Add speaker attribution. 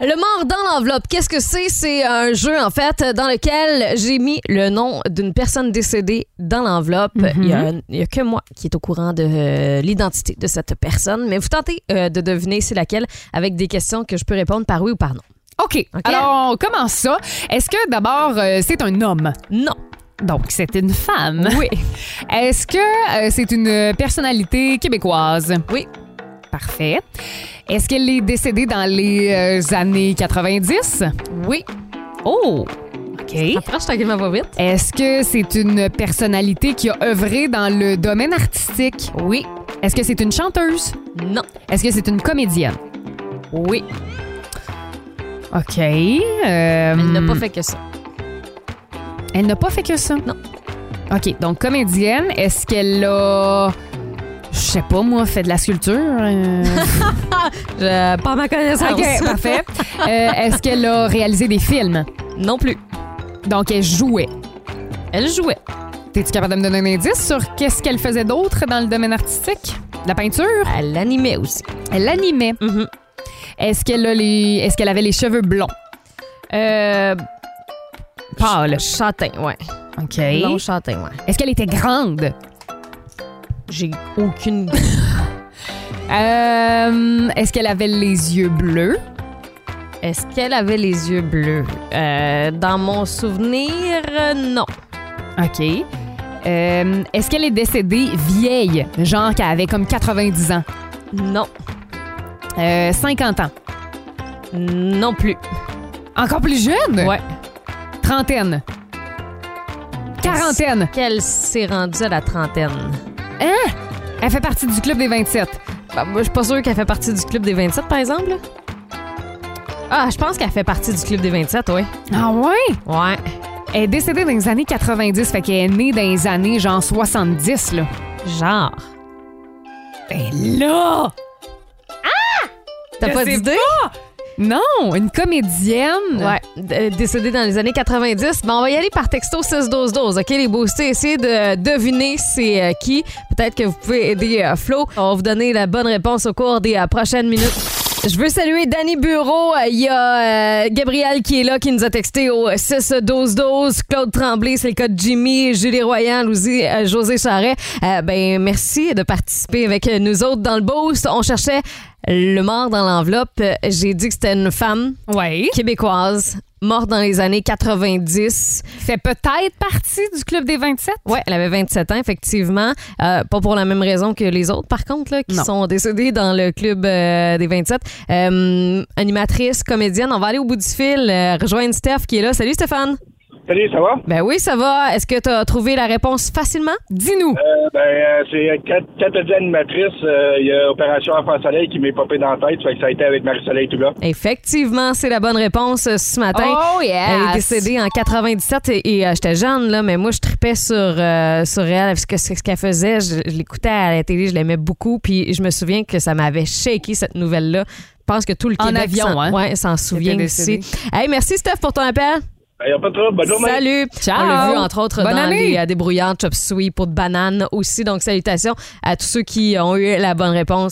Speaker 1: Le mort dans l'enveloppe, qu'est-ce que c'est? C'est un jeu, en fait, dans lequel j'ai mis le nom d'une personne décédée dans l'enveloppe. Il y a- Il n'y a, que moi qui est au courant de euh, l'identité de cette personne, mais vous tentez euh, de deviner c'est laquelle avec des questions que je peux répondre par oui ou par non.
Speaker 2: OK. Alors, on commence ça. Est-ce que d'abord, euh, c'est un homme?
Speaker 1: Non.
Speaker 2: Donc, c'est une femme.
Speaker 1: Oui.
Speaker 2: Est-ce que euh, c'est une personnalité québécoise?
Speaker 1: Oui.
Speaker 2: Parfait. Est-ce qu'elle est décédée dans les euh, années 90?
Speaker 1: Oui.
Speaker 2: Oh! OK.
Speaker 1: Approche tranquillement pas vite.
Speaker 2: Est-ce que c'est une personnalité qui a œuvré dans le domaine artistique?
Speaker 1: Oui.
Speaker 2: Est-ce que c'est une chanteuse?
Speaker 1: Non.
Speaker 2: Est-ce que c'est une comédienne?
Speaker 1: Oui.
Speaker 2: OK. euh,
Speaker 1: Elle n'a pas fait que ça.
Speaker 2: Elle n'a pas fait que ça?
Speaker 1: Non.
Speaker 2: OK, donc comédienne, est-ce qu'elle a. Je sais pas, moi, fait de la sculpture? euh,
Speaker 1: Je, pas ma connaissance.
Speaker 2: OK, parfait. Euh, est-ce qu'elle a réalisé des films?
Speaker 1: Non plus.
Speaker 2: Donc, elle jouait.
Speaker 1: Elle jouait.
Speaker 2: T'es-tu capable de me donner un indice sur qu'est-ce qu'elle faisait d'autre dans le domaine artistique? La peinture?
Speaker 1: Elle l'animait aussi.
Speaker 2: Elle animait.
Speaker 1: Mm-hmm.
Speaker 2: Est-ce qu'elle a les... Est-ce qu'elle avait les cheveux blonds?
Speaker 1: Euh,
Speaker 2: Pâle.
Speaker 1: châtain, ouais.
Speaker 2: OK.
Speaker 1: Long châtain, ouais.
Speaker 2: Est-ce qu'elle était grande?
Speaker 1: J'ai aucune.
Speaker 2: Euh, Est-ce qu'elle avait les yeux bleus?
Speaker 1: Est-ce qu'elle avait les yeux bleus? Euh, dans mon souvenir, euh, non.
Speaker 2: OK. Euh, Est-ce qu'elle est décédée vieille? Genre qu'elle avait comme 90 ans.
Speaker 1: Non.
Speaker 2: Euh, 50 ans.
Speaker 1: Non plus.
Speaker 2: Encore plus jeune?
Speaker 1: Ouais.
Speaker 2: Trentaine. Quarantaine.
Speaker 1: Qu'elle s'est rendue à la trentaine.
Speaker 2: Elle fait partie du club des 27.
Speaker 1: Ben, moi, je suis pas sûre qu'elle fait partie du club des 27, par exemple. là. Ah, je pense qu'elle fait partie du club des 27, oui.
Speaker 2: Ah ouais?
Speaker 1: Ouais.
Speaker 2: Elle est décédée dans les années 90, fait qu'elle est née dans les années genre 70, là.
Speaker 1: Genre.
Speaker 2: Ben là!
Speaker 1: T'as
Speaker 2: Je
Speaker 1: pas
Speaker 2: sais
Speaker 1: d'idée?
Speaker 2: Non, une comédienne.
Speaker 1: Ouais, d- euh, décédé dans les années 90. Ben, on va y aller par texto 6-12-12. OK, les boostés, essayez de deviner c'est euh, qui. Peut-être que vous pouvez aider euh, Flo. On va vous donner la bonne réponse au cours des euh, prochaines minutes. Je veux saluer Danny Bureau. Euh, Il y a euh, Gabriel qui est là, qui nous a texté au euh, 6-12-12. Claude Tremblay, c'est le cas de Jimmy, Julie Royan, Lousie, euh, José Charret. Euh, ben, merci de participer avec euh, nous autres dans le boost. On cherchait le mort dans l'enveloppe. Euh, J'ai dit que c'était une femme
Speaker 2: Ouais.
Speaker 1: québécoise, morte dans les années 90.
Speaker 2: Fait peut-être partie du club des 27.
Speaker 1: Ouais, elle avait 27 ans, effectivement. Euh, pas pour la même raison que les autres, par contre, là, qui
Speaker 2: Non.
Speaker 1: sont décédés dans le club euh, des 27. Euh, animatrice, comédienne, on va aller au bout du fil, euh, rejoindre Steph qui est là. Salut Stéphane!
Speaker 3: Salut, ça va?
Speaker 1: Ben oui, ça va. Est-ce que tu as trouvé la réponse facilement?
Speaker 2: Dis-nous.
Speaker 3: Euh, ben, euh, c'est euh, quand, quand t'as dit animatrice, euh, il y a Opération Enfant Soleil qui m'est popé dans la tête, fait que ça a été avec Marie-Soleil tout là.
Speaker 1: Effectivement, c'est la bonne réponse euh, ce matin.
Speaker 2: Oh yes!
Speaker 1: Elle est décédée en 97 et, et, euh, j'étais jeune, là, mais moi, je tripais sur, euh, sur elle parce que c'est ce qu'elle faisait. Je, je l'écoutais à la télé, je l'aimais beaucoup. Puis je me souviens que ça m'avait shaké cette nouvelle-là. Je pense que tout le
Speaker 2: En
Speaker 1: Québec
Speaker 2: avion,
Speaker 1: s'en,
Speaker 2: hein?
Speaker 1: ouais, s'en souvient aussi.
Speaker 2: décédée.
Speaker 1: Hey, merci, Steph, pour ton appel.
Speaker 3: Ben, y a pas de trouble, bonne journée.
Speaker 1: Salut.
Speaker 2: Ciao.
Speaker 1: On l'a vu, entre autres,
Speaker 2: Bonne
Speaker 1: dans
Speaker 2: année.
Speaker 1: les euh, débrouillants Chop Suey pour de bananes aussi. Donc, salutations à tous ceux qui ont eu la bonne réponse.